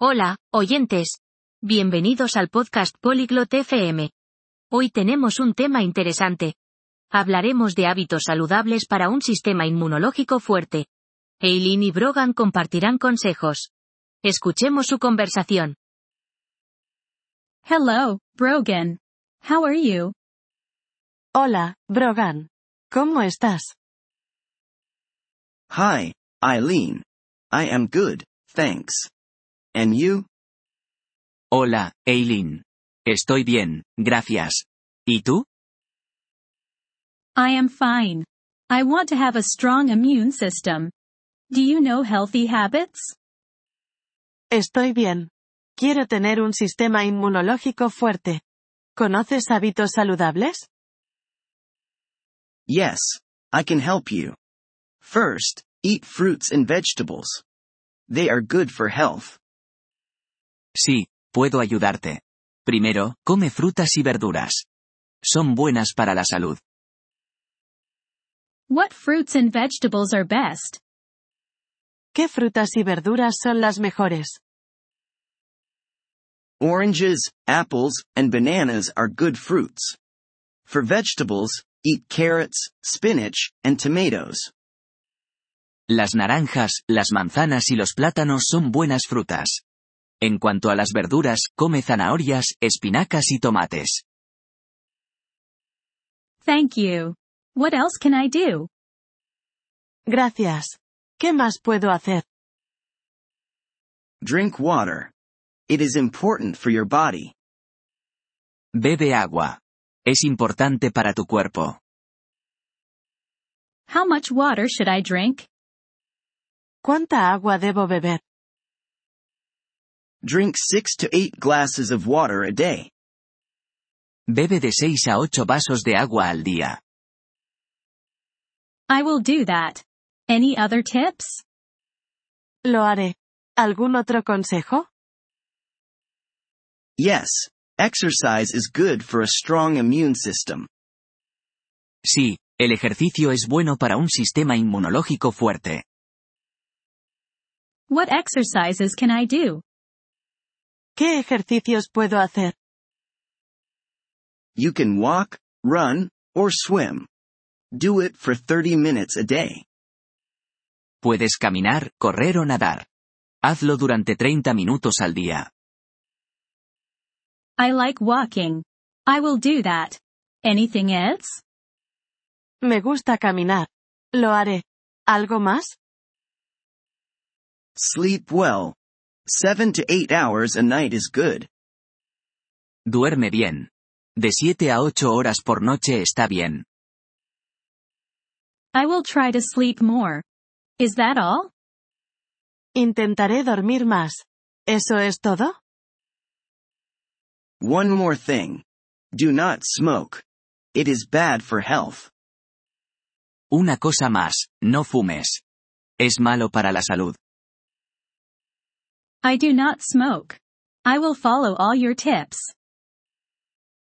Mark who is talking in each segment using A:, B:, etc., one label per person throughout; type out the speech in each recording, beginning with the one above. A: Hola, oyentes. Bienvenidos al podcast Polyglot FM. Hoy tenemos un tema interesante. Hablaremos de hábitos saludables para un sistema inmunológico fuerte. Eileen y Brogan compartirán consejos. Escuchemos su conversación.
B: Hello, Brogan. How are you?
C: Hola, Brogan. ¿Cómo estás?
D: Hi, Eileen. I am good, thanks. And you?
E: Hola, Eileen. Estoy bien, gracias. ¿Y tú?
B: I am fine. I want to have a strong immune system. Do you know healthy habits?
C: Estoy bien. Quiero tener un sistema inmunológico fuerte. ¿Conoces hábitos saludables?
D: Yes, I can help you. First, eat fruits and vegetables. They are good for health.
E: Sí, puedo ayudarte. Primero, come frutas y verduras. Son buenas para la salud.
B: What fruits and vegetables are best?
C: ¿Qué frutas y verduras son las mejores?
D: Oranges, apples, and bananas are good fruits. For vegetables, eat carrots, spinach, and tomatoes.
E: Las naranjas, las manzanas y los plátanos son buenas frutas. En cuanto a las verduras, come zanahorias, espinacas y tomates.
B: Thank you. What else can I do?
C: Gracias. ¿Qué más puedo hacer?
D: Drink water. It is important for your body.
E: Bebe agua. Es importante para tu cuerpo.
B: How much water should I drink?
C: ¿Cuánta agua debo beber?
D: Drink 6 to 8 glasses of water a day.
E: Bebe de 6 a 8 vasos de agua al día.
B: I will do that. Any other tips?
C: Lo haré. ¿Algún otro consejo?
D: Yes, exercise is good for a strong immune system.
E: Sí, el ejercicio es bueno para un sistema inmunológico fuerte.
B: What exercises can I do?
C: ¿Qué ejercicios puedo hacer?
D: You can walk, run, or swim. Do it for 30 minutes a day.
E: Puedes caminar, correr o nadar. Hazlo durante 30 minutos al día.
B: I like walking. I will do that. Anything else?
C: Me gusta caminar. Lo haré. ¿Algo más?
D: Sleep well. 7 to 8 hours a night is good.
E: Duerme bien. De 7 a 8 horas por noche está bien.
B: I will try to sleep more. Is that all?
C: Intentaré dormir más. ¿Eso es todo?
D: One more thing. Do not smoke. It is bad for health.
E: Una cosa más, no fumes. Es malo para la salud.
B: I do not smoke. I will follow all your tips.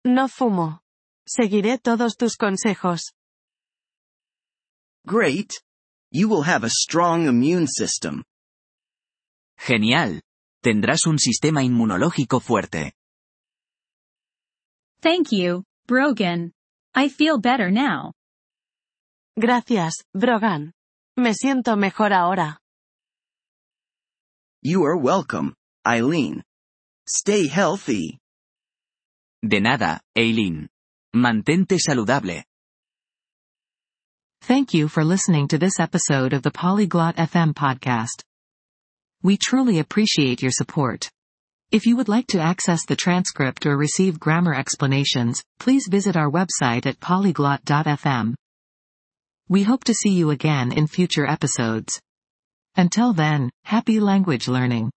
C: No fumo. Seguiré todos tus consejos.
D: Great. You will have a strong immune system.
E: Genial. Tendrás un sistema inmunológico fuerte.
B: Thank you, Brogan. I feel better now.
C: Gracias, Brogan. Me siento mejor ahora.
D: You are welcome, Eileen. Stay healthy.
E: De nada, Eileen. Mantente saludable.
F: Thank you for listening to this episode of the Polyglot FM podcast. We truly appreciate your support. If you would like to access the transcript or receive grammar explanations, please visit our website at polyglot.fm. We hope to see you again in future episodes. Until then, happy language learning.